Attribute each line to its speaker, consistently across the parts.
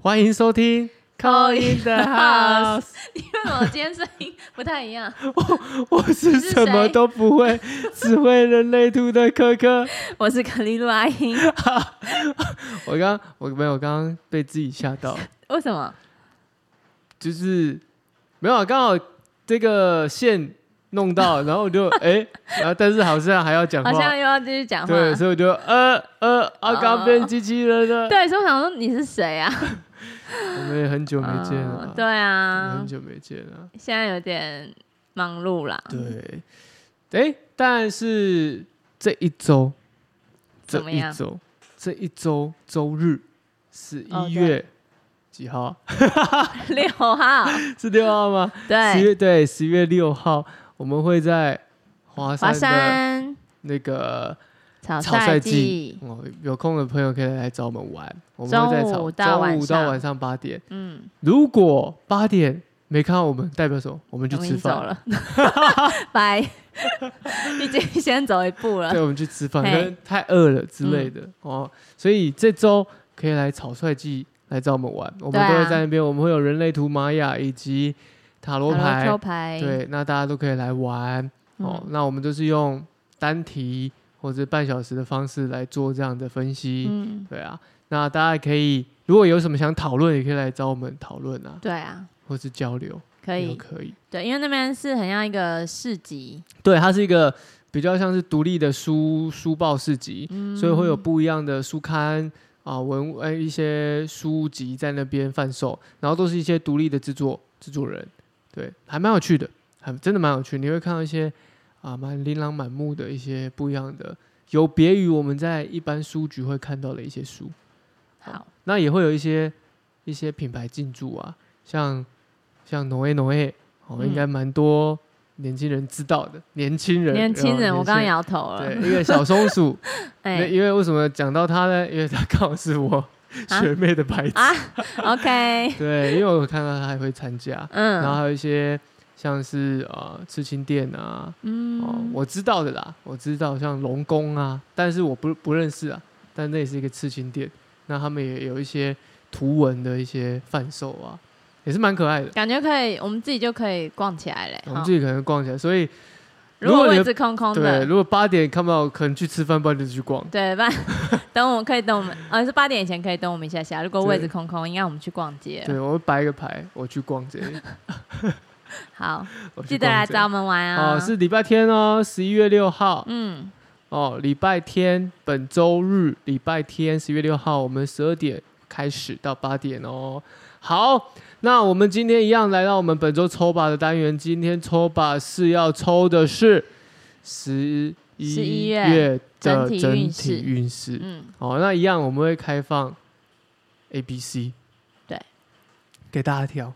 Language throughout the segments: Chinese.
Speaker 1: 欢迎收听
Speaker 2: Call in the house
Speaker 3: 因为我今天声音不太一样，
Speaker 1: 我是
Speaker 3: 是
Speaker 1: 什么
Speaker 3: 谁
Speaker 1: 都不会，只会人类图的科科。
Speaker 3: 我是可丽露阿英。
Speaker 1: 我刚我没有，我刚刚被自己吓到，
Speaker 3: 为什么？
Speaker 1: 就是没有啊，刚好这个线弄到，然后我 就哎，然后但是好像还要讲
Speaker 3: 好像
Speaker 1: 话，
Speaker 3: 又要继续讲话。
Speaker 1: 对，所以我就呃呃，阿
Speaker 3: 哦
Speaker 1: 刚变机器人了。
Speaker 3: 对，所以我想说你是谁啊？
Speaker 1: 我们也很久没见
Speaker 3: 嗯
Speaker 1: 了，
Speaker 3: 对啊
Speaker 1: 很，久没见了。
Speaker 3: 现在有点忙碌啦。
Speaker 1: 对，哎，但是这一周，这
Speaker 3: 怎么
Speaker 1: 一
Speaker 3: 样
Speaker 1: 周，这一周周日十
Speaker 3: 哦
Speaker 1: 一月几号 啊？
Speaker 3: 六号，
Speaker 1: 是六号吗？十
Speaker 3: 对，
Speaker 1: 月对，十月六号我们会在华山
Speaker 3: 华
Speaker 1: 的
Speaker 3: 山
Speaker 1: 那个
Speaker 3: 炒
Speaker 1: 草赛
Speaker 3: 赛
Speaker 1: 季
Speaker 3: 季，
Speaker 1: 哦，有空的朋友可以来找我们玩。我们会在
Speaker 3: 中
Speaker 1: 草
Speaker 3: 午
Speaker 1: 中
Speaker 3: 到晚
Speaker 1: 午到
Speaker 3: 上
Speaker 1: 晚上八点，
Speaker 3: 嗯，
Speaker 1: 如果八点没看到我们，代表什么？我们去
Speaker 3: 我们已
Speaker 1: 吃
Speaker 3: 经
Speaker 1: 饭
Speaker 3: 走。了， 拜，已经先走一步了
Speaker 1: 对，。我们去吃饭，可
Speaker 3: 嘿嗯
Speaker 1: 能太饿了之类的、哦。所以这周可以来草率季来找我们玩，我
Speaker 3: 对
Speaker 1: 们
Speaker 3: 啊
Speaker 1: 都会在那边，我们会有人类图、玛雅以及塔罗牌，
Speaker 3: 球牌，
Speaker 1: 对，那大家都可以来玩、哦
Speaker 3: 嗯。
Speaker 1: 那我们就是用单题或者半小时的方式来做这样的分析，
Speaker 3: 嗯，
Speaker 1: 对啊。那大家可以如果有什么想讨论，也可以来找我们讨论啊，
Speaker 3: 对啊，
Speaker 1: 或是交流，
Speaker 3: 可
Speaker 1: 也
Speaker 3: 以，
Speaker 1: 可以。
Speaker 3: 对，因为那边是很像一个市集，
Speaker 1: 对，它是一个比较像是独立的书书报市集，
Speaker 3: 嗯
Speaker 1: 所以会有不一样的书刊啊、文呃一些书籍在那边贩售，然后都是一些独立的制作制作人，对，还蛮有趣的，还真的蛮有趣。你会看到一些啊蛮琳琅满目的一些不一样的，有别于我们在一般书局会看到的一些书。
Speaker 3: 好，
Speaker 1: 那也会有一些一些品牌进驻啊，像像 Noe Noe 哦，
Speaker 3: 嗯
Speaker 1: 应该蛮多年轻人知道的。年轻人，
Speaker 3: 年轻人，
Speaker 1: 哦
Speaker 3: 我刚刚
Speaker 1: 年
Speaker 3: 摇头了，
Speaker 1: 对，一个小松 鼠，那
Speaker 3: 哎、
Speaker 1: 因为为什么讲到他呢？因为他刚好是我
Speaker 3: 啊
Speaker 1: 学妹的牌子，
Speaker 3: 啊 ，OK，
Speaker 1: 对，因为我看到他还会参加，然后
Speaker 3: 嗯
Speaker 1: 还有一些像是呃刺青店啊，哦，
Speaker 3: 嗯，
Speaker 1: 我知道的啦，我知道像龙宫啊，但是我不不认识啊，但那也是一个刺青店，那他们也有一些图文的一些贩售啊，也是蛮可爱的。
Speaker 3: 感觉可以，我们自己就可以逛起来嘞。
Speaker 1: 我们
Speaker 3: 哈
Speaker 1: 自己可能逛起来，所以
Speaker 3: 如果
Speaker 1: 如果你
Speaker 3: 位
Speaker 1: 的
Speaker 3: 置空空
Speaker 1: 对，
Speaker 3: 的，
Speaker 1: 如果八点看不到，可能去吃饭，不然就去逛。
Speaker 3: 对，不然 等我们可以等我们，呃，是八点以前可以等我们一下下。如果
Speaker 1: 对
Speaker 3: 位置空空，应该我们去逛街。
Speaker 1: 对，我会摆一个牌，我去逛这里，
Speaker 3: 好，
Speaker 1: 我去
Speaker 3: 记得
Speaker 1: 逛
Speaker 3: 来
Speaker 1: 这里
Speaker 3: 找我们玩啊。
Speaker 1: 哦，是礼拜天哦，十一月六号、
Speaker 3: 嗯，
Speaker 1: 哦，礼拜天，本周日礼拜天十月六号，我们十二点开始到八点哦。好，那我们今天一样来到我们本周抽把的单元，今天抽把是要抽的是十一
Speaker 3: 11月
Speaker 1: 月的
Speaker 3: 整体
Speaker 1: 整
Speaker 3: 运
Speaker 1: 体
Speaker 3: 势
Speaker 1: 运势。
Speaker 3: 嗯，
Speaker 1: 好，那一样我们会开放 A、B、C，
Speaker 3: 对，
Speaker 1: 给大家挑。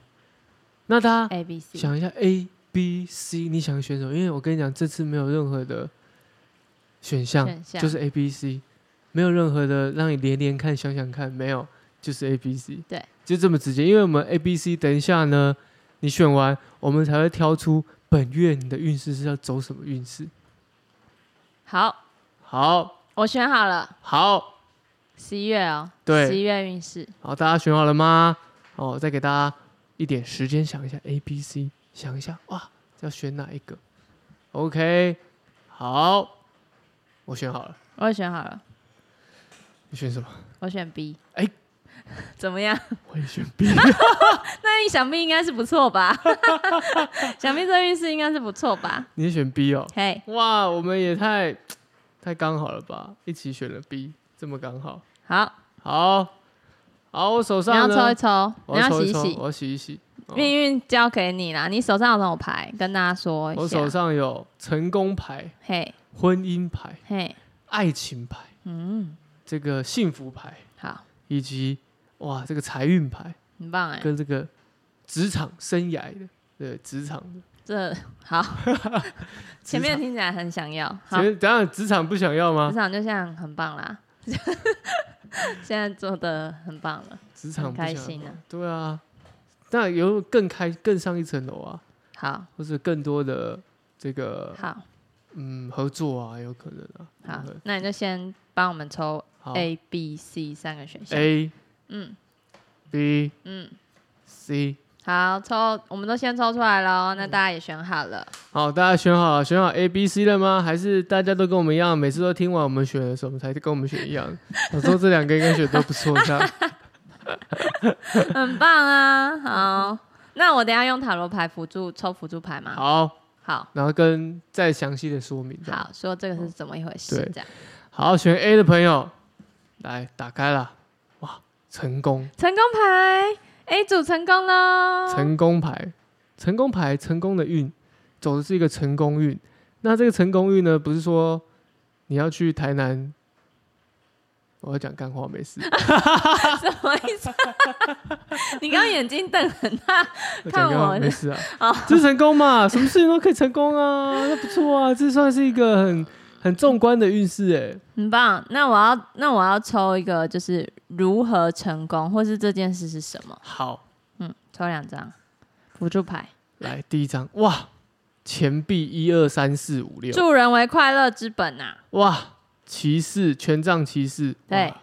Speaker 1: 那大家
Speaker 3: A B C，
Speaker 1: 想一下 A、B、C，你想选什么？因为我跟你讲，这次没有任何的选项，
Speaker 3: 选项
Speaker 1: 就是 A、B、C，没有任何的让你连连看、想想看，没有，就是 A、B、C，
Speaker 3: 对，
Speaker 1: 就这么直接。因为我们 A、B、C，等一下呢，你选完，我们才会挑出本月你的运势是要走什么运势。
Speaker 3: 好，
Speaker 1: 好，
Speaker 3: 我选好了，
Speaker 1: 好，
Speaker 3: 十一月哦，
Speaker 1: 对
Speaker 3: 十一月运势，
Speaker 1: 好，大家选好了吗？哦，再给大家一点时间想一下 A、B、C，想一下，哇，要选哪一个？OK，好，我选好了。
Speaker 3: 我也选好了，
Speaker 1: 你选什么？
Speaker 3: 我选 B。
Speaker 1: 哎，
Speaker 3: 怎么样？
Speaker 1: 我也选 B。
Speaker 3: 那你想必应该是不错吧？ 想必这运势应该是不错吧？
Speaker 1: 你也选 B 哦？
Speaker 3: 嘿，
Speaker 1: 哇，我们也太太刚好了吧？一起选了 B，这么刚好。
Speaker 3: 好，
Speaker 1: 好，好，我手
Speaker 3: 你
Speaker 1: 上
Speaker 3: 要抽
Speaker 1: 呢
Speaker 3: 一，抽，
Speaker 1: 我
Speaker 3: 你要
Speaker 1: 抽
Speaker 3: 洗一
Speaker 1: 抽
Speaker 3: 洗
Speaker 1: 我，要洗一洗。哦
Speaker 3: 命运交给你啦。你手上有什么牌？跟大家说一下。
Speaker 1: 我手上有成功牌、
Speaker 3: 嘿
Speaker 1: 婚姻牌、
Speaker 3: 嘿，
Speaker 1: 爱情牌、
Speaker 3: 嗯，
Speaker 1: 这个幸福牌，
Speaker 3: 好，
Speaker 1: 以及哇这个财运牌
Speaker 3: 很棒哎，
Speaker 1: 跟这个职场生涯的，对职场的。
Speaker 3: 这 好。前面听起来很想要，
Speaker 1: 请，
Speaker 3: 好嗯
Speaker 1: 问等一下职场不想要
Speaker 3: 职
Speaker 1: 吗？
Speaker 3: 场就像很棒啦， 现在做的很棒了，
Speaker 1: 职场
Speaker 3: 很
Speaker 1: 不想
Speaker 3: 开
Speaker 1: 要
Speaker 3: 心啊。
Speaker 1: 对啊，那有更开更上一层楼啊，
Speaker 3: 好
Speaker 1: 或者更多的这个
Speaker 3: 好
Speaker 1: 嗯合作啊，有可能啊。
Speaker 3: 好
Speaker 1: 对，
Speaker 3: 那你就先帮我们抽
Speaker 1: 好
Speaker 3: A、B、C 三个选项。
Speaker 1: A
Speaker 3: 嗯，
Speaker 1: B、
Speaker 3: 嗯，
Speaker 1: C。
Speaker 3: 好，抽，我们都先抽出来喽，那大家也选好了。
Speaker 1: 好，大家选好选好 A、B、C 了吗？还是大家都跟我们一样，每次都听完我们选的什么才跟我们选一样？我说这两个应该选都不错，这样
Speaker 3: 很棒啊！好， 那我等一下用塔罗牌辅助抽辅助牌嘛。
Speaker 1: 好，
Speaker 3: 好
Speaker 1: 然后跟再详细的说明这样。
Speaker 3: 好说这个是怎么一回事
Speaker 1: 对，
Speaker 3: 这样
Speaker 1: 好，选 A 的朋友来打开了，哇，成功，
Speaker 3: 成功牌 A 组成功喽。
Speaker 1: 成功牌，成功牌，成功的运，走的是一个成功运。那这个成功运呢，不是说你要去台南，我要讲干话没事，
Speaker 3: 什么意 思？你刚刚眼睛瞪很大，
Speaker 1: 我讲干
Speaker 3: 看
Speaker 1: 话
Speaker 3: 我
Speaker 1: 没事啊
Speaker 3: 哦，
Speaker 1: 这是成功嘛，什么事情都可以成功啊，那不错啊，这算是一个很很纵观的运势哎、
Speaker 3: 很棒。那我要那我要抽一个，就是如何成功，或是这件事是什么？
Speaker 1: 好，
Speaker 3: 嗯，抽两张辅助牌，
Speaker 1: 来第一张，哇，钱币一二三四五六，
Speaker 3: 助人为快乐之本啊呐、
Speaker 1: 哇，骑士权杖骑士，
Speaker 3: 对
Speaker 1: 哇，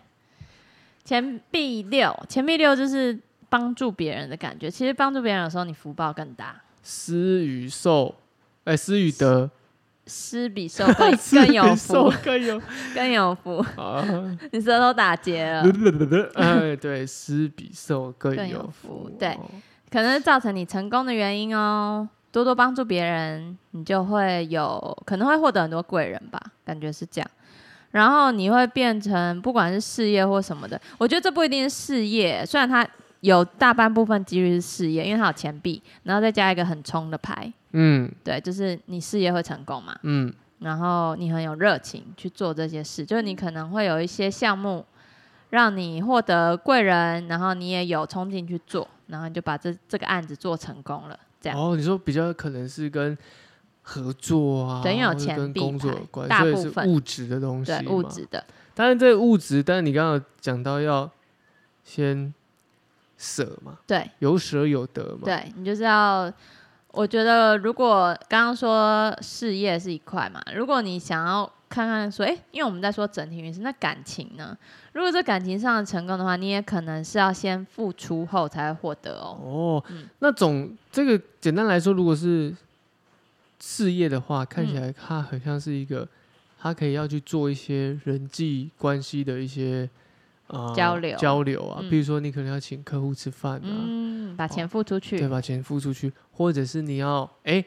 Speaker 3: 钱币六，钱币六就是帮助别人的感觉。其实帮助别人的时候，你福报更大，
Speaker 1: 施与受，哎、施与德，
Speaker 3: 施比受更更有
Speaker 1: 施与受
Speaker 3: 福，
Speaker 1: 更 有
Speaker 3: 更有福。
Speaker 1: 啊，
Speaker 3: 你舌头打结 了，
Speaker 1: 哎，对，施比受更
Speaker 3: 更有
Speaker 1: 有
Speaker 3: 福
Speaker 1: 福，
Speaker 3: 对
Speaker 1: 哦
Speaker 3: 可能是造成你成功的原因哦。多多帮助别人，你就会有可能会获得很多贵人吧，感觉是这样。然后你会变成不管是事业或什么的，我觉得这不一定是事业，虽然它有大半部分几率是事业，因为它有钱币，然后再加一个很冲的牌，
Speaker 1: 嗯
Speaker 3: 对，就是你事业会成功嘛，
Speaker 1: 嗯，
Speaker 3: 然后你很有热情去做这些事，就是你可能会有一些项目让你获得贵人，然后你也有憧憬去做，然后你就把这这个案子做成功了，这样、
Speaker 1: 哦，你说比较可能是跟合作啊，
Speaker 3: 对因为有
Speaker 1: 或者
Speaker 3: 钱
Speaker 1: 跟
Speaker 3: 币
Speaker 1: 工作
Speaker 3: 牌
Speaker 1: 有关，
Speaker 3: 大
Speaker 1: 所以
Speaker 3: 部
Speaker 1: 是
Speaker 3: 分
Speaker 1: 物质的东西
Speaker 3: 对
Speaker 1: 嘛，
Speaker 3: 物质的
Speaker 1: 当然，这个物质，但是你刚刚有讲到要先舍嘛，
Speaker 3: 对
Speaker 1: 有舍有得嘛。
Speaker 3: 对，你就是要。我觉得，如果刚刚说事业是一块嘛，如果你想要看看说，诶，因为我们在说整体运势，那感情呢？如果这感情上的成功的话，你也可能是要先付出后才会获得哦。
Speaker 1: 哦，
Speaker 3: 嗯
Speaker 1: 那总这个简单来说，如果是事业的话，看起
Speaker 3: 嗯
Speaker 1: 来它很像是一个，他可以要去做一些人际关系的一些呃
Speaker 3: 交流
Speaker 1: 交流啊，
Speaker 3: 嗯
Speaker 1: 比如说你可能要请客户吃饭啊，
Speaker 3: 嗯，把钱付出去，
Speaker 1: 对，把钱付出去，或者是你要哎、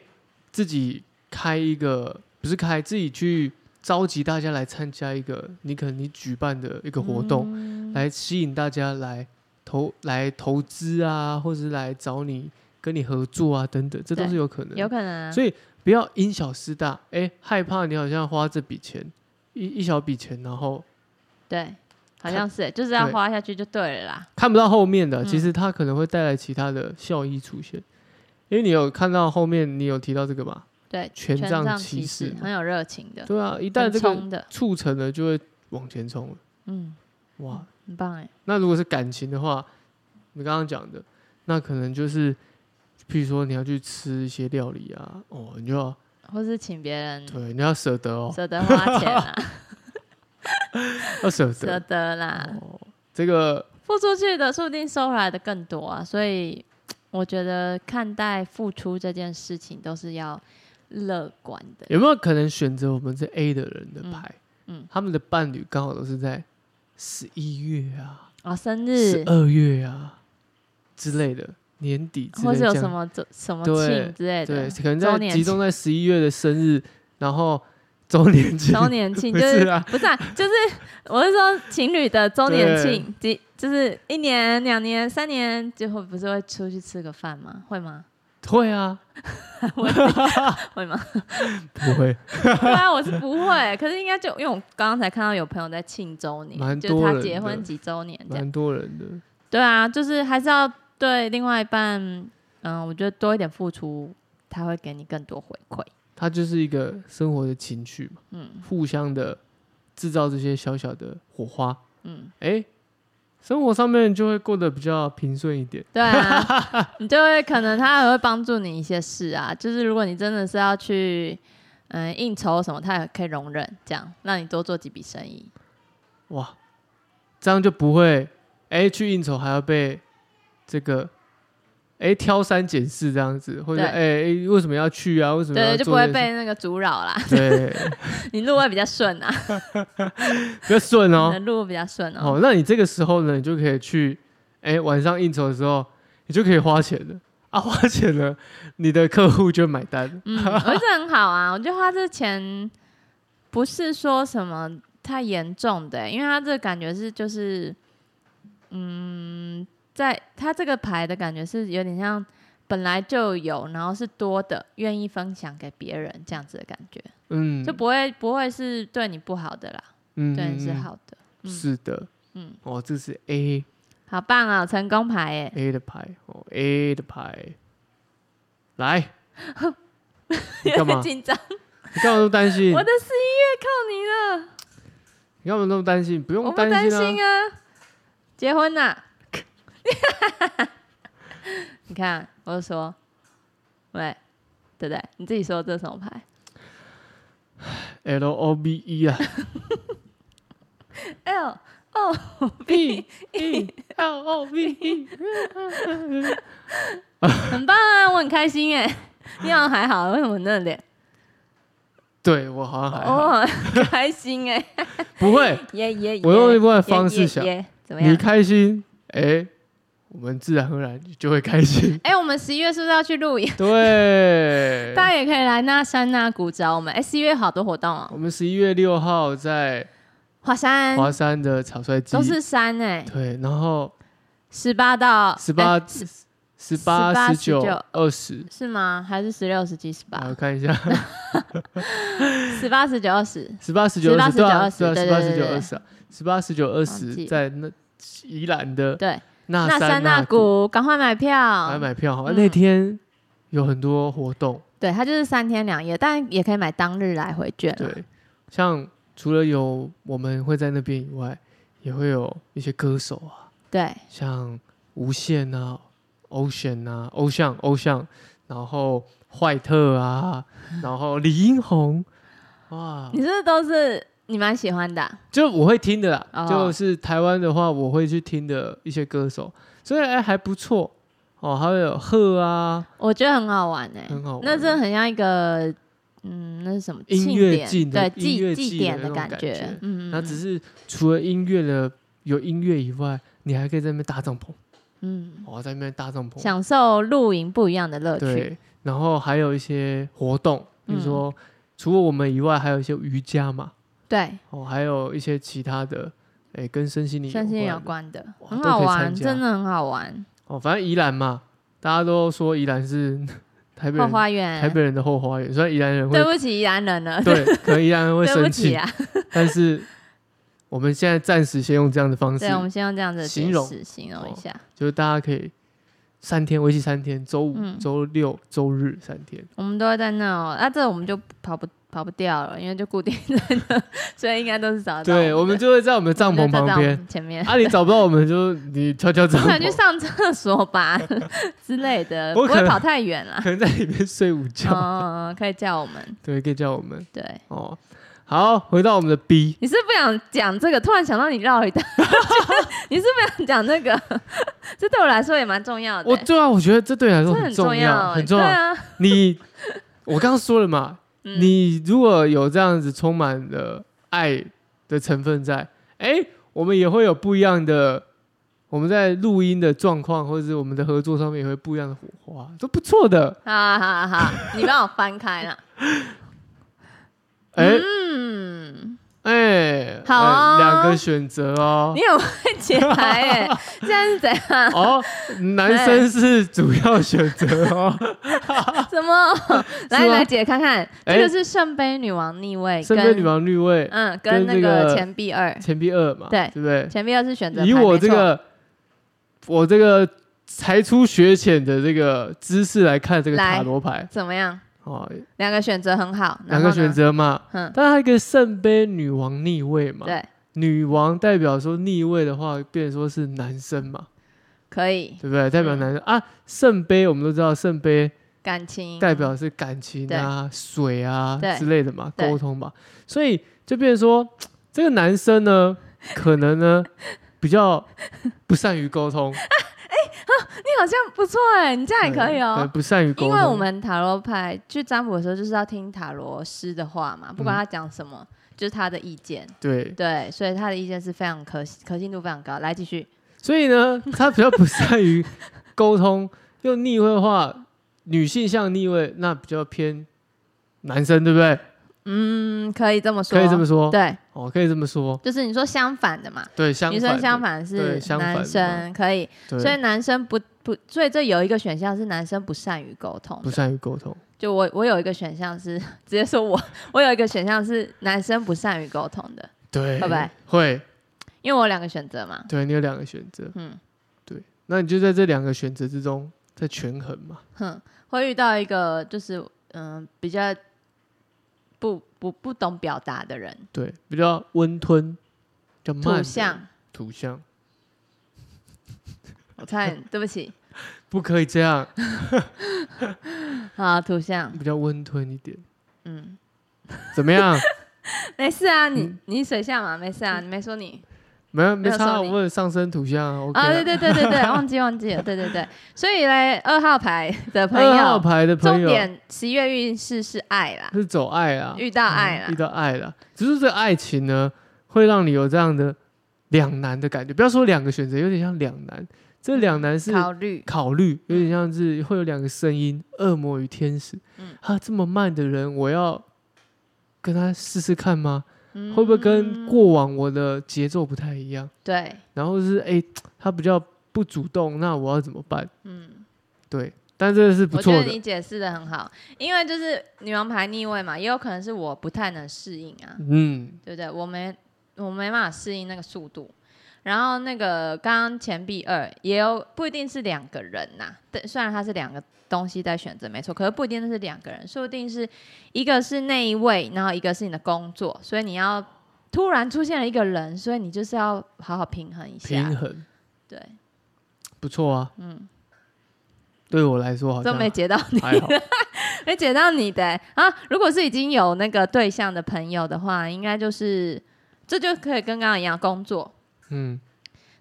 Speaker 1: 自己开一个，不是开自己去召集大家来参加一个你可能你举办的一个活动，
Speaker 3: 嗯
Speaker 1: 来吸引大家来投来投资啊，或者是来找你跟你合作啊等等，这都
Speaker 3: 对
Speaker 1: 是有可能的。
Speaker 3: 有可能啊。
Speaker 1: 所以不要因小失大，哎、害怕你好像花这笔钱一一小笔钱，然后
Speaker 3: 对，好
Speaker 1: 看
Speaker 3: 像是欸，就是要
Speaker 1: 对
Speaker 3: 花下去就对了啦。
Speaker 1: 看不到后面的，
Speaker 3: 嗯
Speaker 1: 其实它可能会带来其他的效益出现。因为你有看到后面，你有提到这个嘛？
Speaker 3: 对，
Speaker 1: 权
Speaker 3: 权
Speaker 1: 杖
Speaker 3: 杖
Speaker 1: 骑
Speaker 3: 骑
Speaker 1: 士
Speaker 3: 士
Speaker 1: 嘛
Speaker 3: 很有热情的，
Speaker 1: 对啊，一旦
Speaker 3: 很
Speaker 1: 这个
Speaker 3: 冲的，
Speaker 1: 促成了，就会往前冲了。
Speaker 3: 嗯，
Speaker 1: 哇，
Speaker 3: 很棒哎。
Speaker 1: 那如果是感情的话，你刚刚讲的，那可能就是，譬如说你要去吃一些料理啊，哦，你就要
Speaker 3: 或是请别人
Speaker 1: 对，你要舍得哦，
Speaker 3: 嗯舍得花钱啦，
Speaker 1: 要舍
Speaker 3: 舍
Speaker 1: 得。
Speaker 3: 得啊啦，
Speaker 1: 哦，这个
Speaker 3: 付出去的说不定收回来的更多啊。所以我觉得看待付出这件事情都是要乐观的。
Speaker 1: 有没有可能选择我们这 A 的人的牌？
Speaker 3: 嗯嗯
Speaker 1: 他们的伴侣刚好都是在十一月啊、
Speaker 3: 啊，生
Speaker 1: 十
Speaker 3: 日
Speaker 1: 二月啊之类的，年底之类
Speaker 3: 或是有
Speaker 1: 这样
Speaker 3: 什么周什么
Speaker 1: 对
Speaker 3: 庆之类
Speaker 1: 对，
Speaker 3: 的，
Speaker 1: 可能
Speaker 3: 周
Speaker 1: 在
Speaker 3: 年
Speaker 1: 集中在十一月的生日，然后周年庆，
Speaker 3: 周年 庆
Speaker 1: 不
Speaker 3: 就是是
Speaker 1: 啊，
Speaker 3: 不是啊，就是我是说情侣的周年
Speaker 1: 对
Speaker 3: 庆，即就是一年、两年、三年，最后不是会出去吃个饭吗？会吗？
Speaker 1: 会啊，
Speaker 3: 会吗？
Speaker 1: 不会，
Speaker 3: 对啊，我是不会，可是应该就因为我刚刚才看到有朋友在庆周
Speaker 1: 蛮
Speaker 3: 年，
Speaker 1: 多
Speaker 3: 就是他
Speaker 1: 人
Speaker 3: 结
Speaker 1: 的
Speaker 3: 婚几周年这样。
Speaker 1: 蛮多人的。
Speaker 3: 对啊，就是还是要对另外一半，嗯，我觉得多一点付出，他会给你更多回馈。
Speaker 1: 它就是一个生活的情趣嘛，
Speaker 3: 嗯
Speaker 1: 互相的制造这些小小的火花，
Speaker 3: 嗯，
Speaker 1: 哎、生活上面就会过得比较平顺一点。
Speaker 3: 对啊， 你就会可能他也会帮助你一些事啊，就是如果你真的是要去嗯应酬什么，他也可以容忍，这样让你多做几笔生意。
Speaker 1: 哇，这样就不会哎、诶去应酬还要被这个，哎，挑三拣四这样子，或者
Speaker 3: 对
Speaker 1: 哎哎为什么要去啊？为什么要
Speaker 3: 对，
Speaker 1: 做
Speaker 3: 就不会
Speaker 1: 这
Speaker 3: 被那个阻扰啦，
Speaker 1: 件事对
Speaker 3: 你路会比较顺啊，
Speaker 1: 比较顺
Speaker 3: 你
Speaker 1: 哦
Speaker 3: 的。路会比较顺哦。
Speaker 1: 哦，那你这个时候呢，你就可以去，哎，晚上应酬的时候，你就可以花钱了啊，花钱了，你的客户就买单。
Speaker 3: 嗯，我觉得很好啊。我 觉得花这钱不是说什么太严重的欸、因为他这个感觉是就是，嗯，在他这个牌的感觉是有点像本来就有，然后是多的，愿意分享给别人这样子的感觉，
Speaker 1: 嗯，
Speaker 3: 就不会不会是对你不好的啦，
Speaker 1: 嗯
Speaker 3: 对你是
Speaker 1: 嗯嗯
Speaker 3: 好的，嗯
Speaker 1: 是的，
Speaker 3: 嗯，
Speaker 1: 哦，这是 A
Speaker 3: 好棒啊、成功牌哎、
Speaker 1: A 的牌，哦 A 的牌，来，你
Speaker 3: 有
Speaker 1: 干嘛？
Speaker 3: 点
Speaker 1: 嗯
Speaker 3: 紧张，
Speaker 1: 你干嘛都担心？
Speaker 3: 我的十一月靠你了，
Speaker 1: 你干嘛那么担心？不
Speaker 3: 我
Speaker 1: 用
Speaker 3: 不
Speaker 1: 担
Speaker 3: 担
Speaker 1: 心啊。
Speaker 3: 心啊，结婚呐、 你看，我就说，喂，对不对？你自己说这什么牌
Speaker 1: L O B E 啊
Speaker 3: ？L
Speaker 1: ，B E L O B E，
Speaker 3: 很棒啊，我很开心哎。你好像还好，为什么那脸？
Speaker 1: 对我好像还好，
Speaker 3: 我很开心哎，
Speaker 1: 不会。
Speaker 3: 耶耶耶！
Speaker 1: 我用另外的
Speaker 3: 耶
Speaker 1: 方式
Speaker 3: 耶
Speaker 1: 想，
Speaker 3: 耶怎么
Speaker 1: 你
Speaker 3: 样？
Speaker 1: 开心，哎，我们自然而然就会开 心。
Speaker 3: 哎，我们十一月是不是要去露营？
Speaker 1: 对，
Speaker 3: 大家也可以来那山那谷找我们。哎，十一月好多活动哦
Speaker 1: 我，们十一月六号在
Speaker 3: 华山
Speaker 1: 华山的草率季
Speaker 3: 都，是山哎，
Speaker 1: 对，然后
Speaker 3: 十八到
Speaker 1: 十八
Speaker 3: 哎、
Speaker 1: 十八、
Speaker 3: 18
Speaker 1: 十九
Speaker 3: 19、
Speaker 1: 二十，
Speaker 3: 是吗？还是十六、十七、十
Speaker 1: 我
Speaker 3: 八、
Speaker 1: 看一下，
Speaker 3: 十八、十九、二十？
Speaker 1: 十八、十九、二
Speaker 3: 18
Speaker 1: 十，对啊，
Speaker 3: 19
Speaker 1: 对啊，
Speaker 3: 对
Speaker 1: 十
Speaker 3: 对
Speaker 1: 八、
Speaker 3: 对
Speaker 1: 十
Speaker 3: 对
Speaker 1: 九、
Speaker 3: 对
Speaker 1: 二十啊，十八、十九、二
Speaker 3: 忘
Speaker 1: 十，
Speaker 3: 记
Speaker 1: 在那宜兰的
Speaker 3: 对，
Speaker 1: 那
Speaker 3: 那
Speaker 1: 山
Speaker 3: 山那
Speaker 1: 谷，
Speaker 3: 谷，赶快买
Speaker 1: 来
Speaker 3: 票。
Speaker 1: 买票哈，
Speaker 3: 嗯
Speaker 1: 那天有很多活动，
Speaker 3: 对，它就是三天两夜，但也可以买当日来回券啊。
Speaker 1: 对，像除了有我们会在那边以外，也会有一些歌手啊。
Speaker 3: 对
Speaker 1: 像无限啊、Ocean 啊、欧像、欧像，然后坏特啊，然后李英红，哇，
Speaker 3: 你是不是都是你蛮喜欢的啊、
Speaker 1: 就我会听的啦。
Speaker 3: 哦
Speaker 1: 就是台湾的话，我会去听的一些歌手，所以哎还不错哦。还有贺啊，
Speaker 3: 我觉得很好玩哎、
Speaker 1: 很好玩
Speaker 3: 那真的很像一个，嗯，那是什么？
Speaker 1: 音
Speaker 3: 庆
Speaker 1: 乐
Speaker 3: 典
Speaker 1: 季的
Speaker 3: 对
Speaker 1: 音乐
Speaker 3: 祭
Speaker 1: 季
Speaker 3: 祭
Speaker 1: 的
Speaker 3: 典
Speaker 1: 那种
Speaker 3: 感
Speaker 1: 感
Speaker 3: 觉
Speaker 1: 觉。
Speaker 3: 嗯，嗯
Speaker 1: 那只
Speaker 3: 嗯
Speaker 1: 是除了音乐的有音乐以外，你还可以在那边搭帐篷
Speaker 3: 嗯，
Speaker 1: 哦，在那边搭帐篷，
Speaker 3: 享受露营不一样的乐趣。
Speaker 1: 对，然后还有一些活动，比如
Speaker 3: 嗯
Speaker 1: 说、除了我们以外，还有一些瑜伽嘛，
Speaker 3: 对，
Speaker 1: 哦，还有一些其他的，哎、跟身心灵
Speaker 3: 身心有
Speaker 1: 关
Speaker 3: 关的，
Speaker 1: 哇
Speaker 3: 很
Speaker 1: 都
Speaker 3: 好
Speaker 1: 可以
Speaker 3: 玩，
Speaker 1: 参加
Speaker 3: 真的很好玩。
Speaker 1: 哦。反正宜兰嘛，大家都说宜兰是 台北
Speaker 3: 后
Speaker 1: 人
Speaker 3: 花园，
Speaker 1: 台北人的后花园，虽然宜兰人会
Speaker 3: 对不起宜兰人了，
Speaker 1: 对可能宜兰人会
Speaker 3: 对不
Speaker 1: 生
Speaker 3: 起
Speaker 1: 气，
Speaker 3: 啊。
Speaker 1: 但是我们现在暂时先用这样的 方式
Speaker 3: 对，，我们先用这样子的
Speaker 1: 形
Speaker 3: 解
Speaker 1: 容
Speaker 3: 释形容一
Speaker 1: 哦
Speaker 3: 下。
Speaker 1: 就是大家可以三天，为期三天，周五、
Speaker 3: 嗯
Speaker 1: 周六、周日三天。
Speaker 3: 我们都会在那哦，啊，这我们就跑不跑不掉了，因为就固定在那， 所以应该都是找得到
Speaker 1: 对，我
Speaker 3: 我
Speaker 1: 们
Speaker 3: 们的
Speaker 1: 就会在我们的帐
Speaker 3: 我
Speaker 1: 篷
Speaker 3: 们就在
Speaker 1: 旁
Speaker 3: 帐
Speaker 1: 边。
Speaker 3: 篷前面。
Speaker 1: 啊，你找不到我们就你敲敲帐
Speaker 3: 我可能去
Speaker 1: 篷，
Speaker 3: 上厕所 吧之类的，
Speaker 1: 我
Speaker 3: 不
Speaker 1: 可
Speaker 3: 会
Speaker 1: 能
Speaker 3: 跑太远啦。
Speaker 1: 可能在里面睡午觉。
Speaker 3: 嗯，可以叫我们。
Speaker 1: 对，可以叫我们
Speaker 3: 对，
Speaker 1: 哦。好，回到我们的 B，
Speaker 3: 你是不想讲这个，突然想到你绕一大圈， 你是不想讲这个？这对我来说也蛮重要的
Speaker 1: 我
Speaker 3: 欸，
Speaker 1: 对啊，我觉得这对你来
Speaker 3: 这
Speaker 1: 说
Speaker 3: 很
Speaker 1: 重
Speaker 3: 要欸，
Speaker 1: 很重要。
Speaker 3: 对啊，
Speaker 1: 你，我刚刚说了嘛，
Speaker 3: 嗯
Speaker 1: 你如果有这样子充满了爱的成分在，哎，我们也会有不一样的，我们在录音的状况，或者是我们的合作上面也会不一样的火花，都不错的。
Speaker 3: 好啊好好，你帮我翻开啦。
Speaker 1: 哎
Speaker 3: 嗯，
Speaker 1: 哎，
Speaker 3: 好
Speaker 1: 哎
Speaker 3: 哦
Speaker 1: 两个选择 哦
Speaker 3: 你。很会解牌耶、 现在是怎哎样？
Speaker 1: 哦，男生是主要选择 哦。
Speaker 3: 什么？来
Speaker 1: 是吗
Speaker 3: 来解看看，
Speaker 1: 哎
Speaker 3: 这个是圣杯女王逆位，
Speaker 1: 身
Speaker 3: 跟
Speaker 1: 边女王绿位，
Speaker 3: 嗯，
Speaker 1: 跟
Speaker 3: 跟那
Speaker 1: 那
Speaker 3: 个
Speaker 1: 个
Speaker 3: 钱币二，
Speaker 1: 钱币二嘛，
Speaker 3: 对
Speaker 1: 对不对？
Speaker 3: 钱币二是选择牌
Speaker 1: 以我这，
Speaker 3: 没
Speaker 1: 个我这个才出学浅的这个知识来看这个
Speaker 3: 来
Speaker 1: 塔罗牌
Speaker 3: 错怎么样？
Speaker 1: 哦，
Speaker 3: 两个选择很好，然
Speaker 1: 两
Speaker 3: 后
Speaker 1: 个
Speaker 3: 呢
Speaker 1: 选，择嘛，
Speaker 3: 嗯，
Speaker 1: 但它一个圣杯女王逆位嘛，
Speaker 3: 对，
Speaker 1: 女王代表说逆位的话，变成说是男生嘛，
Speaker 3: 可以，
Speaker 1: 对不对？代
Speaker 3: 嗯
Speaker 1: 表男生、啊，圣杯我们都知道，圣杯
Speaker 3: 感情
Speaker 1: 代表是感情啊、水啊
Speaker 3: 对
Speaker 1: 之类的嘛，
Speaker 3: 对
Speaker 1: 沟通嘛，所以就变成说这个男生 呢，可能呢比较不善于沟通，
Speaker 3: 好像不错哎，你这样也可以
Speaker 1: 对
Speaker 3: 哦。
Speaker 1: 不善于沟
Speaker 3: 因
Speaker 1: 通，
Speaker 3: 为我们塔罗牌去占卜的时候，就是要听塔罗师的话嘛，
Speaker 1: 嗯
Speaker 3: 不管他讲什么，就是他的意见。
Speaker 1: 对，
Speaker 3: 对，所以他的意见是非常可可信度非常高。来继续，
Speaker 1: 所以呢，他比较不善于沟通，又逆位化，女性向逆位，那比较偏男生，对不对？
Speaker 3: 嗯，可以这么说，
Speaker 1: 可以这么说，
Speaker 3: 对，
Speaker 1: 哦，可以这么说，
Speaker 3: 就是你说相反的嘛，
Speaker 1: 对，相
Speaker 3: 女
Speaker 1: 反
Speaker 3: 生
Speaker 1: 的，
Speaker 3: 相反是
Speaker 1: 对相反的
Speaker 3: 男生可以，
Speaker 1: 对，
Speaker 3: 所以男生不不，所以这有一个选项是男生不善于沟通
Speaker 1: 不。善于沟通，
Speaker 3: 就我我有一个选项是 直接说我我有一个选项是男生不善于沟通的，
Speaker 1: 对，
Speaker 3: 会不会？
Speaker 1: 会，
Speaker 3: 因为我有两个选择嘛。
Speaker 1: 对你有两个选择，
Speaker 3: 啊嗯
Speaker 1: 对，那你就在这两个选择之中在权衡嘛，
Speaker 3: 哼，会遇到一个就是嗯比较不不不懂表达的人，
Speaker 1: 对，比较温吞，比较慢
Speaker 3: 土
Speaker 1: 的
Speaker 3: 象，
Speaker 1: 土象，
Speaker 3: 我差点对不起
Speaker 1: 不可以这样，
Speaker 3: 啊，土象，
Speaker 1: 比较温吞一点，
Speaker 3: 嗯，
Speaker 1: 怎么样？
Speaker 3: 没事啊，
Speaker 1: 嗯
Speaker 3: 你你水象嘛，没事啊，你没说你
Speaker 1: 没有没
Speaker 3: 没有
Speaker 1: 差，
Speaker 3: 说
Speaker 1: 我
Speaker 3: 你
Speaker 1: 问上升土象啊，OK
Speaker 3: 啊，
Speaker 1: 啊
Speaker 3: 对对对对对，忘记忘记了，对对对，所以嘞，二号牌的朋
Speaker 1: 二号
Speaker 3: 友，
Speaker 1: 牌的朋
Speaker 3: 重
Speaker 1: 友
Speaker 3: 点十一月运势是爱啦，
Speaker 1: 是走爱啊，
Speaker 3: 遇到爱
Speaker 1: 嗯遇
Speaker 3: 啦，
Speaker 1: 到爱了。只是这个爱情呢，会让你有这样的两难的感觉。不要说两个选择，有点像两难。这两难是
Speaker 3: 考虑，
Speaker 1: 考虑，有点像是会有两个声音：恶魔与天使。
Speaker 3: 嗯
Speaker 1: 啊，这么慢的人，我要跟他试试看吗？
Speaker 3: 嗯
Speaker 1: 会不会跟过往我的节奏不太一样？
Speaker 3: 对，
Speaker 1: 然后是哎、他比较不主动，那我要怎么办？
Speaker 3: 嗯，
Speaker 1: 对，但这个是不
Speaker 3: 我觉
Speaker 1: 错
Speaker 3: 得
Speaker 1: 的。
Speaker 3: 你解释的很好，因为就是女王牌逆位嘛，也有可能是我不太能适应啊，
Speaker 1: 嗯，
Speaker 3: 对不对？我没我没办法适应那个速度。然后那个刚刚钱币二也有不一定是两个人呐、对，虽然它是两个东西在选择没错，可是不一定是两个人，说不定是一个是那一位，然后一个是你的工作，所以你要突然出现了一个人，所以你就是要好好平衡一下
Speaker 1: 平，衡
Speaker 3: 对，
Speaker 1: 不错啊。
Speaker 3: 啊嗯，
Speaker 1: 对我来说好
Speaker 3: 都
Speaker 1: 像
Speaker 3: 没解到你
Speaker 1: 还好。
Speaker 3: 没解到你的欸、啊！如果是已经有那个对象的朋友的话，应该就是这就可以跟刚刚一样，工作。
Speaker 1: 嗯，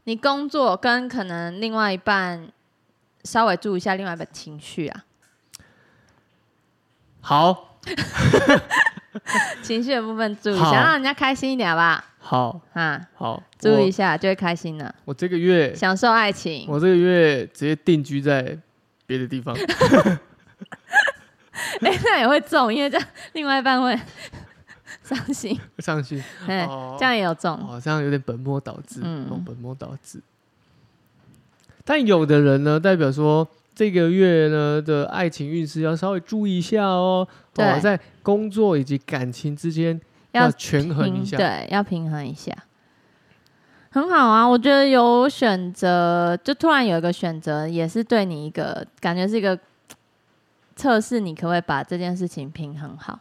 Speaker 3: 你工作跟可能另外一半稍微注意一下另外一半情绪 啊，
Speaker 1: 好，
Speaker 3: 情绪的部分注意一
Speaker 1: 好
Speaker 3: 下，让人家开心一点好不好？
Speaker 1: 好，
Speaker 3: 啊，
Speaker 1: 好，
Speaker 3: 注意一
Speaker 1: 我
Speaker 3: 下就会开心了，
Speaker 1: 我这个月，
Speaker 3: 享受爱情。
Speaker 1: 我这个月直接定居在别的地方，
Speaker 3: 哎、 那也会中，因为这样另外一半会 伤心，
Speaker 1: 上去。
Speaker 3: 哎、
Speaker 1: 哦
Speaker 3: 这样也有中。
Speaker 1: 好像有点本末倒置，
Speaker 3: 嗯
Speaker 1: 哦，本末倒置。但有的人呢，代表说这个月呢的爱情运势要稍微注意一下哦，哦，
Speaker 3: 对
Speaker 1: 在工作以及感情之间
Speaker 3: 要嗯
Speaker 1: 要权衡一下，
Speaker 3: 对，要平衡一下，很好啊。我觉得有选择，就突然有一个选择，也是对你一个感觉是一个测试，你可不可以把这件事情平衡好？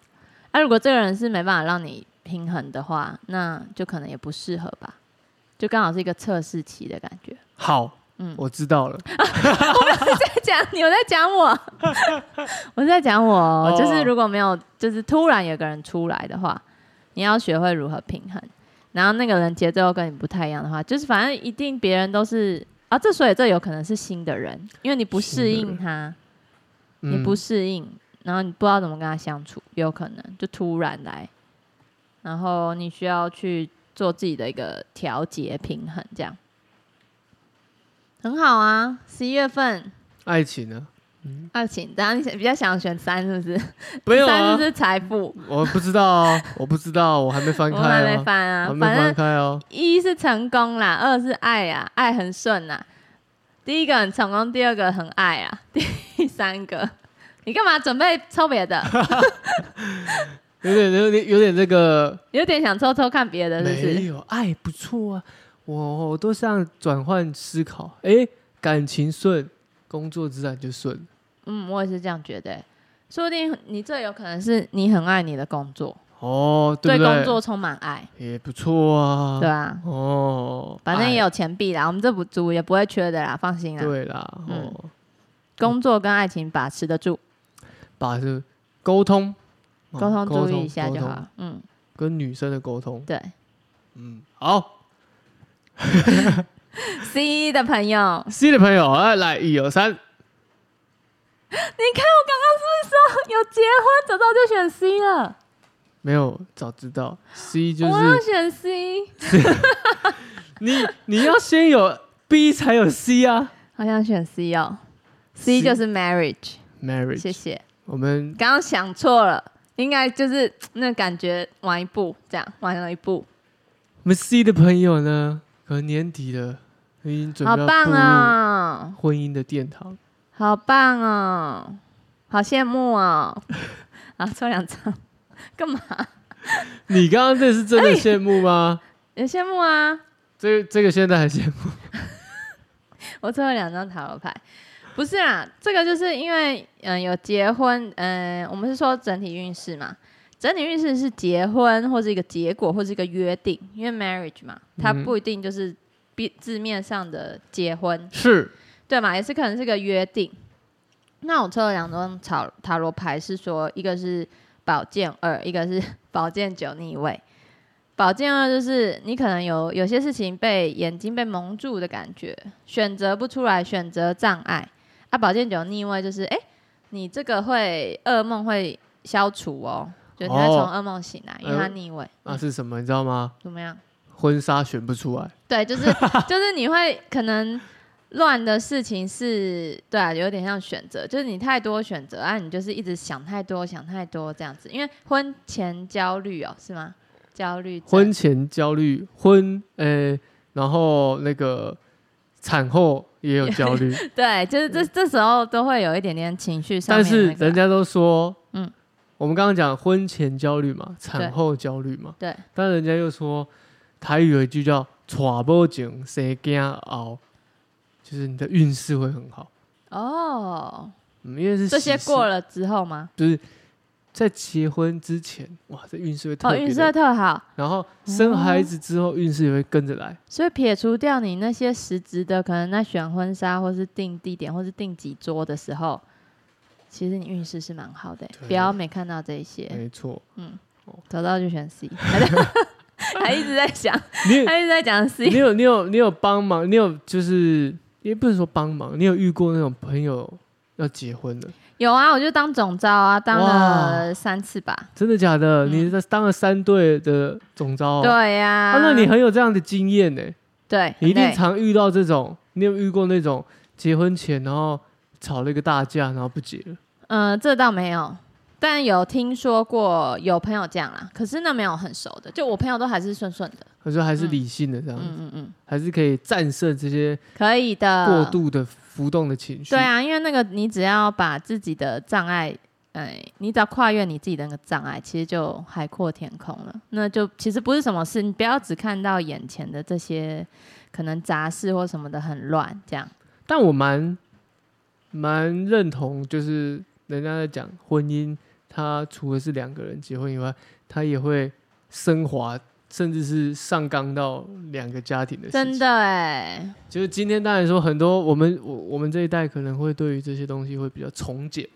Speaker 3: 那、如果这个人是没办法让你平衡的话，那就可能也不适合吧。就刚好是一个测试期的感觉。
Speaker 1: 好，
Speaker 3: 嗯，
Speaker 1: 我知道了。
Speaker 3: 在 讲你，我在讲我， 我在讲我哦，
Speaker 1: 哦
Speaker 3: 就是如果没有，就是突然有个人出来的话，你要学会如何平衡。然后那个人节奏又跟你不太一样的话，就是反正一定别人都是啊，之所以这有可能是新的人，因为你不适
Speaker 1: 新的
Speaker 3: 应
Speaker 1: 人
Speaker 3: 他，
Speaker 1: 嗯
Speaker 3: 你不适应，然后你不知道怎么跟他相处，有可能就突然来，然后你需要去做自己的一个调节平衡，这样很好啊。十一月份
Speaker 1: 爱情呢？
Speaker 3: 爱情，当然你比较想选三是不是？
Speaker 1: 没有
Speaker 3: 三
Speaker 1: 啊
Speaker 3: 就，是财富，
Speaker 1: 我不知道啊，我不知道，我还没翻
Speaker 3: 我
Speaker 1: 开
Speaker 3: 还没
Speaker 1: 啊，
Speaker 3: 翻啊
Speaker 1: 还，没
Speaker 3: 反
Speaker 1: 翻
Speaker 3: 正
Speaker 1: 开哦。
Speaker 3: 一是成功啦，二是爱啊，爱很顺啦。第一个很成功，第二个很爱啊， 第三个，你干嘛准备抽别 的？
Speaker 1: 有点有点有点这个，
Speaker 3: 有点想抽抽看别的，是不是
Speaker 1: 没？有爱不错啊，我我都这样转换思考，哎，感情顺，工作自然就顺，
Speaker 3: 嗯，我也是这样觉得欸。说不定你这有可能是你很爱你的工作，
Speaker 1: 哦，不
Speaker 3: 工
Speaker 1: 对？
Speaker 3: 作充满爱，
Speaker 1: 也不错啊，
Speaker 3: 对啊，
Speaker 1: 哦，
Speaker 3: 反正也
Speaker 1: 有
Speaker 3: 有钱币啦，我们这不足也不会缺的啦，放心啦。
Speaker 1: 哎对啦，
Speaker 3: 嗯
Speaker 1: 哦，
Speaker 3: 工作跟爱情把持得住，
Speaker 1: 把这沟通哦
Speaker 3: 沟通注意一下
Speaker 1: 沟
Speaker 3: 就
Speaker 1: 通
Speaker 3: 好了。嗯，
Speaker 1: 跟女生的沟通，
Speaker 3: 对，
Speaker 1: 嗯，好，
Speaker 3: C 的朋友，
Speaker 1: C 的朋友，哎，来一二三，
Speaker 3: 你看我刚刚是不是说有结婚，早知道就选 C 了？
Speaker 1: 没有早知道 C 就
Speaker 3: 我要
Speaker 1: 是
Speaker 3: 选 C，
Speaker 1: 你你要先有 B 才有 C 啊
Speaker 3: 好想选 C 哦。C 就是 marriage，谢
Speaker 1: ，marriage，
Speaker 3: 谢。
Speaker 1: 我们
Speaker 3: 刚刚想错了，应该就是那感觉晚一步，这样晚了一步，
Speaker 1: 我们 C 的朋友呢，可能年底了，已经准
Speaker 3: 好
Speaker 1: 备要
Speaker 3: 棒
Speaker 1: 步
Speaker 3: 啊、
Speaker 1: 入婚姻的殿堂，
Speaker 3: 好棒啊、好羡慕 啊、啊，抽两张，干嘛？
Speaker 1: 你刚刚这是真的羡慕 吗？
Speaker 3: 也羡慕啊！
Speaker 1: 这这个现在还羡慕？
Speaker 3: 我抽了两张塔罗牌，不是啦，这个就是因为嗯、呃有结婚，嗯、我们是说整体运势嘛，整体运势是结婚或是一个结果或是一个约定，因为 marriage 嘛，它
Speaker 1: 嗯
Speaker 3: 不一定就是比字面上的结婚，
Speaker 1: 是
Speaker 3: 对嘛，也是可能是个约定。那我抽了两张塔塔罗牌，是说一个是宝剑二，一个是 宝剑九逆位。宝剑二就是你可能有有些事情被眼睛被蒙住的感觉，选择不出来，选择障碍。啊，宝剑九逆位就是，哎、你这个会噩梦会消除哦，就你会从
Speaker 1: 哦啊
Speaker 3: 噩梦醒来，因为它逆位。嗯
Speaker 1: 那是什么？你知道吗？
Speaker 3: 怎么样？
Speaker 1: 婚纱选不出来，
Speaker 3: 对，就是 就是你会可能乱的事情是，对啊，有点像选择，就是你太多选择啊，你就是一直想太多，想太多这样子，因为婚前焦虑哦，是吗？焦虑症
Speaker 1: 婚前焦虑，婚呃，然后那个产后也有焦 虑，
Speaker 3: 对，就是这这时候都会有一点点情绪上
Speaker 1: 嗯但是
Speaker 3: 面的那个、
Speaker 1: 人家都说，嗯
Speaker 3: 嗯，
Speaker 1: 我们刚刚讲婚前焦虑嘛，
Speaker 3: 对
Speaker 1: 产后焦虑嘛，
Speaker 3: 对
Speaker 1: 但人家又说台语有一句叫“娶某情生惊熬”，就是你的运势会很好。
Speaker 3: 哦，
Speaker 1: 嗯，因为是
Speaker 3: 这些过
Speaker 1: 了，
Speaker 3: 了之后吗？
Speaker 1: 就是在结婚之前，哇，这运势会特
Speaker 3: 哦，
Speaker 1: 别
Speaker 3: 运
Speaker 1: 的
Speaker 3: 色特好，
Speaker 1: 然后生孩子之后，运势也会跟着来。
Speaker 3: 所以撇除掉你那些实质的，可能在选婚纱或是定地点或是定几桌的时候，其实你运势是蛮好的、欸
Speaker 1: 对
Speaker 3: 不要没看到这一些，
Speaker 1: 没错，
Speaker 3: 找到就选 C，还一直在想，
Speaker 1: 你
Speaker 3: 还一直在讲 C，
Speaker 1: 你有你有你有帮忙，你有就是也不是说帮忙，你有遇过那种朋友要结婚的，
Speaker 3: 有啊，我就当总招啊，当了三次吧，
Speaker 1: 真的假的？
Speaker 3: 嗯
Speaker 1: 你在当了三队的总招、哦，
Speaker 3: 对呀、
Speaker 1: 啊，那你很有这样的经验呢、
Speaker 3: 对，
Speaker 1: 你一定
Speaker 3: 很累
Speaker 1: 常遇到这种，你有遇过那种结婚前然后吵了一个大架，然后不结了？
Speaker 3: 嗯，这倒没有，但有听说过有朋友这样啦，可是那没有很熟的，就我朋友都还是顺顺的，
Speaker 1: 他说还是
Speaker 3: 嗯
Speaker 1: 理性的这样子，
Speaker 3: 嗯嗯嗯，
Speaker 1: 还是可以战胜这些
Speaker 3: 可以的，
Speaker 1: 过度的浮动的情绪。
Speaker 3: 对，啊，因为那个你只要把自己的障碍，哎，你只要跨越你自己的那个障碍，其实就海阔天空了。那就其实不是什么事，你不要只看到眼前的这些可能杂事或什么的很乱这样。
Speaker 1: 但我蛮蛮认同，就是人家在讲婚姻，它除了是两个人结婚以外，它也会升华，甚至是上纲到两个家庭的事情。
Speaker 3: 真的哎，
Speaker 1: 就是今天当然说很多，我们我我们这一代可能会对于这些东西会比较从简、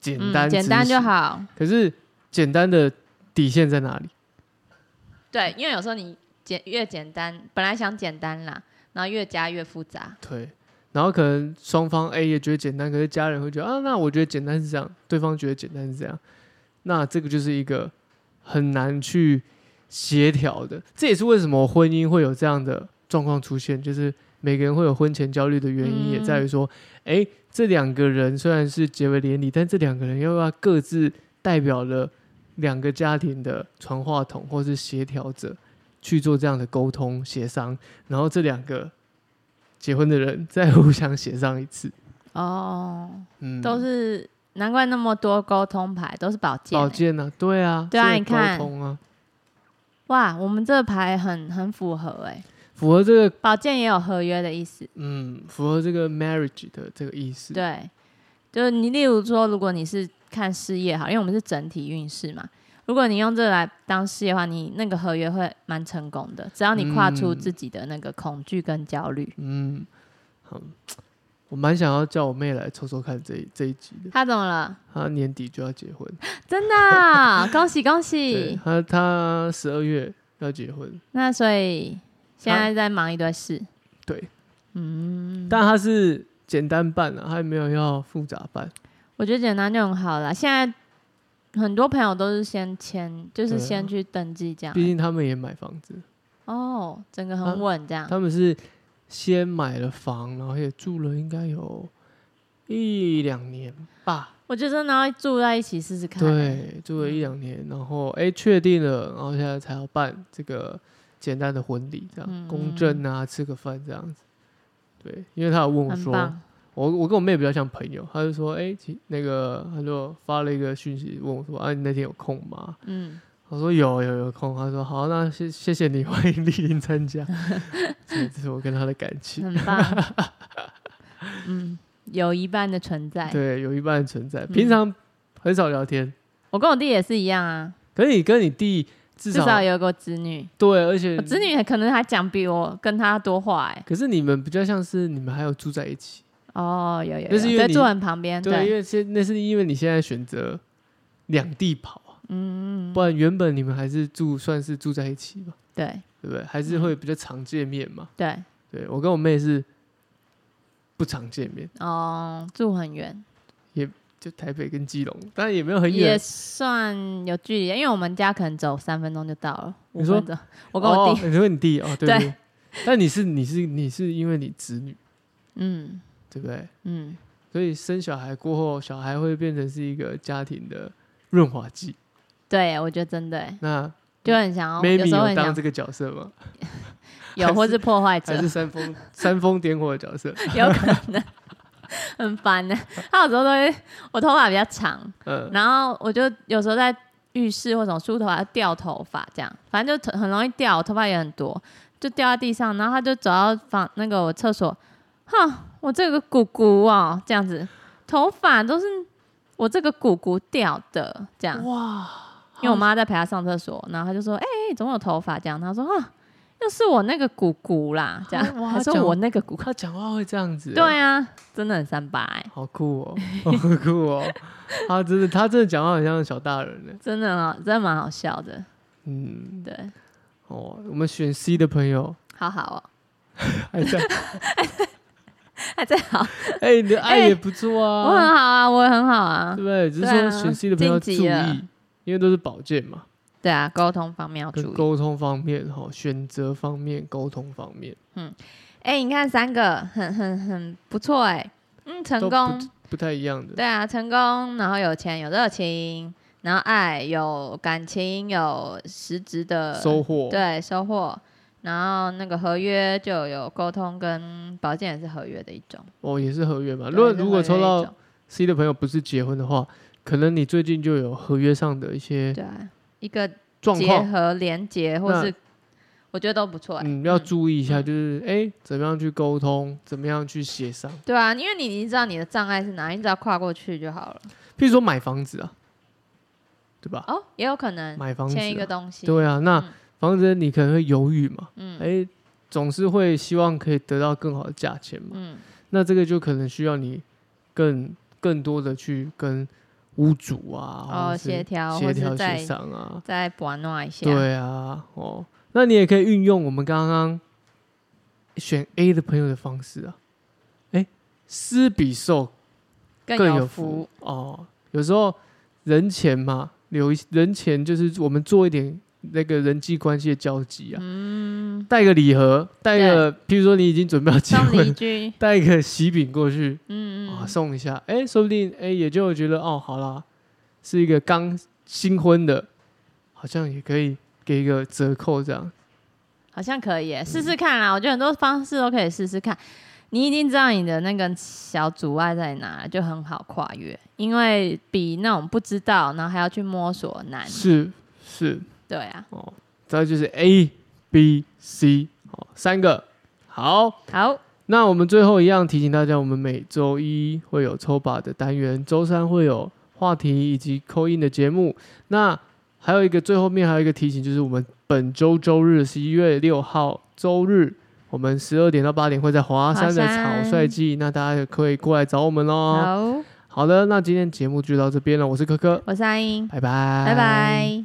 Speaker 1: 简单、
Speaker 3: 嗯、简单就。好。
Speaker 1: 可是简单的底线在哪里？
Speaker 3: 对，因为有时候你简越简单，本来想简单啦，然后越加越复杂。
Speaker 1: 对，然后可能双方 A 也觉得简单，可是家人会觉得啊，那我觉得简单是这样，对方觉得简单是这样，那这个就是一个很难去协调的。这也是为什么婚姻会有这样的状况出现，就是每个人会有婚前焦虑的原因，
Speaker 3: 嗯
Speaker 1: 也在于说，哎、这两个人虽然是结为连理，但这两个人又要各自代表了两个家庭的传话筒或是协调者。去做这样的沟通协商，然后这两个结婚的人 再互相协商一次。
Speaker 3: 哦，
Speaker 1: 嗯，
Speaker 3: 都是难怪那么多沟通牌都是宝剑欸、
Speaker 1: 保健啊，对啊，
Speaker 3: 对啊
Speaker 1: 这个
Speaker 3: 你看
Speaker 1: 沟通啊，
Speaker 3: 哇，我们这个牌很很符合哎、
Speaker 1: 符合这个，
Speaker 3: 宝剑也有合约的意思，
Speaker 1: 嗯，符合这个 marriage 的这个意思。
Speaker 3: 对，就是你例如说，如果你是看事业好，因为我们是整体运势嘛，如果你用这个来当事业的话，你那个合约会蛮成功的，只要你跨出
Speaker 1: 嗯
Speaker 3: 自己的那个恐惧跟焦虑。
Speaker 1: 嗯，好，我蛮想要叫我妹来抽抽看这一这一集的，
Speaker 3: 他怎么了？
Speaker 1: 她年底就要结婚，
Speaker 3: 真的啊、 恭喜恭
Speaker 1: 对
Speaker 3: 喜！
Speaker 1: 她她十二月要结婚，
Speaker 3: 那所以现
Speaker 1: 他
Speaker 3: 在在忙一堆事，
Speaker 1: 对，
Speaker 3: 嗯，
Speaker 1: 但它是简单办啊，它也没有要复杂办。
Speaker 3: 我觉得简单就很好啦。现在很多朋友都是先签，就
Speaker 1: 对
Speaker 3: 是
Speaker 1: 啊
Speaker 3: 先去登记这样。
Speaker 1: 毕竟他们也买房子，
Speaker 3: 哦，整个
Speaker 1: 啊
Speaker 3: 很稳这样。
Speaker 1: 他们是先买了房，然后也住了应该有一两年吧。
Speaker 3: 我觉得真的要住在一起试试看。，
Speaker 1: 对，住了一两年，然后哎确定了，然后现在才要办这个简单的婚礼，这样、
Speaker 3: 嗯
Speaker 1: 公证啊，吃个饭这样子。对，因为他有问我
Speaker 3: 很
Speaker 1: 说，
Speaker 3: 棒。
Speaker 1: 我我跟我妹比较像朋友，她就说，哎、其那个，她就发了一个讯息问我说，啊，你那天有空吗？
Speaker 3: 嗯，
Speaker 1: 我说有有有空，她说好，那谢谢谢你， 欢迎莅临参 加。这这是我跟她的感情，
Speaker 3: 很 棒。嗯，有一半的存在。
Speaker 1: 对，有一半的存
Speaker 3: 嗯
Speaker 1: 在，平常很少聊天，
Speaker 3: 我跟我弟也是一样啊，
Speaker 1: 可是你跟你弟至
Speaker 3: 至
Speaker 1: 少
Speaker 3: 少哦有个子女，
Speaker 1: 对，而且
Speaker 3: 我子女可能还讲比我跟他多话哎、
Speaker 1: 可是你们比较像是你们还有住在一起，
Speaker 3: 哦，有有
Speaker 1: 那
Speaker 3: 有，
Speaker 1: 是因为
Speaker 3: 在
Speaker 1: 你
Speaker 3: 坐很旁边，
Speaker 1: 对，啊因
Speaker 3: 对，
Speaker 1: 为现那是因为你现在选择两地跑啊，
Speaker 3: 嗯，
Speaker 1: 不然原本你们还是住算是住在一起嘛，
Speaker 3: 对
Speaker 1: 对不对？还是会比较常见面嘛。
Speaker 3: 对，
Speaker 1: 对我跟我妹是不常见面，
Speaker 3: 哦，住很远，
Speaker 1: 就台北跟基隆，当然也没有很
Speaker 3: 也
Speaker 1: 远。
Speaker 3: 算有距离，因为我们家可能走三分钟就到了，
Speaker 1: 你
Speaker 3: 五
Speaker 1: 说
Speaker 3: 分钟。我跟我弟，
Speaker 1: 哦，你说你弟哦，对
Speaker 3: 对
Speaker 1: 对。但你是你是你是因为你子女，
Speaker 3: 嗯
Speaker 1: 对不对？
Speaker 3: 嗯，
Speaker 1: 所以生小孩过后，小孩会变成是一个家庭的润滑剂。
Speaker 3: 对，我觉得真的欸
Speaker 1: 那
Speaker 3: 就很想要，哦有
Speaker 1: maybe
Speaker 3: 时候
Speaker 1: 有
Speaker 3: 很
Speaker 1: 当
Speaker 3: 想
Speaker 1: 这个角色吗？
Speaker 3: 有，或是破坏者
Speaker 1: 还，是煽风 煽风点火的角色？
Speaker 3: 有可能。很烦呢、他有时候都会，我头发比较长，
Speaker 1: 嗯，
Speaker 3: 然后我就有时候在浴室或什么梳头发掉头发，这样反正就很容易掉，我头发也很多，就掉在地上。然后他就走到房那个我厕所，哼，我这个鼓鼓哦，这样子，头发都是我这个鼓鼓掉的，这样。
Speaker 1: 哇，
Speaker 3: 因为我妈在陪她上厕所，然后她就说：“哎、总有头发这样。”她说：“啊，又是我那个鼓鼓啦，这样。”
Speaker 1: 哇
Speaker 3: 她
Speaker 1: 她：“
Speaker 3: 说
Speaker 1: 讲
Speaker 3: 我那个鼓。
Speaker 1: 他讲话会这样”子，欸
Speaker 3: 对，啊，真的很三八哎、
Speaker 1: 好酷哦，好酷哦，他真的他真的讲话很像小大人呢。
Speaker 3: 真的啊，真的蛮好笑的。
Speaker 1: 嗯，
Speaker 3: 对，
Speaker 1: 哦，我们选 C 的朋友
Speaker 3: 好好哦、
Speaker 1: 还在，
Speaker 3: 还在好，
Speaker 1: 哎、你的爱也不错
Speaker 3: 我很
Speaker 1: 啊，
Speaker 3: 好啊，我也很好啊
Speaker 1: 对不。对？只是
Speaker 3: 对
Speaker 1: 说
Speaker 3: 啊
Speaker 1: 选 C 的朋友要注
Speaker 3: 晋
Speaker 1: 意，
Speaker 3: 级了
Speaker 1: 因为都是保健嘛，
Speaker 3: 对啊，沟通方面要
Speaker 1: 跟
Speaker 3: 注意。
Speaker 1: 沟通方面、哈选择方面、沟通方面
Speaker 3: 哎、你看三个，很很很不错哎、嗯，成
Speaker 1: 都
Speaker 3: 功，
Speaker 1: 不太一样的。
Speaker 3: 对啊，成功，然后有钱，有热情，然后爱，有感情，有实质的
Speaker 1: 收获，
Speaker 3: 对收获。然后那个合约就有沟通跟保健也是合约的一种。
Speaker 1: 哦，也是合约嘛。
Speaker 3: 对
Speaker 1: 如果
Speaker 3: 也是
Speaker 1: 如果
Speaker 3: 合约
Speaker 1: 抽
Speaker 3: 的一
Speaker 1: 到
Speaker 3: 种
Speaker 1: C 的朋友不是结婚的话，可能你最近就有合约上的一些
Speaker 3: 对啊，一个
Speaker 1: 状
Speaker 3: 结
Speaker 1: 况，
Speaker 3: 合连结或
Speaker 1: 那
Speaker 3: 是我觉得都不错、欸。
Speaker 1: 嗯，要注意一下，就是哎、怎么样去沟通，怎么样去协商。
Speaker 3: 对啊，因为你已经知道你的障碍是哪，你只要跨过去就好了。
Speaker 1: 譬如说买房子啊，对吧？
Speaker 3: 哦，也有可能
Speaker 1: 买房子、
Speaker 3: 签一个
Speaker 1: 啊，
Speaker 3: 东西。
Speaker 1: 对啊，那
Speaker 3: 嗯
Speaker 1: 房子你可能会犹豫嘛，
Speaker 3: 嗯
Speaker 1: 哎、总是会希望可以得到更好的价钱嘛。
Speaker 3: 嗯
Speaker 1: 那这个就可能需要你更更多的去跟屋主啊，或
Speaker 3: 哦，
Speaker 1: 者是
Speaker 3: 协调
Speaker 1: 协
Speaker 3: 或
Speaker 1: 调
Speaker 3: 是
Speaker 1: 协
Speaker 3: 再
Speaker 1: 商啊，
Speaker 3: 再把弄一下。
Speaker 1: 对啊，哦，那你也可以运用我们刚刚选 A 的朋友的方式啊，哎，施比受
Speaker 3: 更
Speaker 1: 更有
Speaker 3: 福
Speaker 1: 福。哦。有时候人前嘛，留一人前就是我们做一点那个人际关系的交集啊，
Speaker 3: 嗯，
Speaker 1: 带个礼盒，带个，譬如说你已经准备要结
Speaker 3: 送
Speaker 1: 婚
Speaker 3: 邻
Speaker 1: 了，
Speaker 3: 居，
Speaker 1: 带一个喜饼过去，
Speaker 3: 嗯
Speaker 1: 啊，
Speaker 3: 嗯，
Speaker 1: 送一下，哎、说不定哎、也就觉得哦，好啦，是一个刚新婚的，好像也可以给一个折扣这样。
Speaker 3: 好像可以
Speaker 1: 嗯
Speaker 3: 耶，试试看啊啦。我觉得很多方式都可以试试看。你已经知道你的那个小阻碍在哪，就很好跨越，因为比那种不知道，然后还要去摸索难。
Speaker 1: 是是
Speaker 3: 对啊，
Speaker 1: 哦，再就是 A、B、C 哦，三个。好，
Speaker 3: 好，
Speaker 1: 那我们最后一样提醒大家，我们每周一会有抽把的单元，周三会有话题以及扣印的节目。那还有一个最后面还有一个提醒，就是我们本周周日十一月六号周日，我们十二点到八点会在华山的
Speaker 3: 华山
Speaker 1: 草率季，那大家也可以过来找我们喽。
Speaker 3: 好，
Speaker 1: 好的，那今天节目就到这边了，我是柯柯，
Speaker 3: 我是阿英，
Speaker 1: 拜拜，
Speaker 3: 拜拜。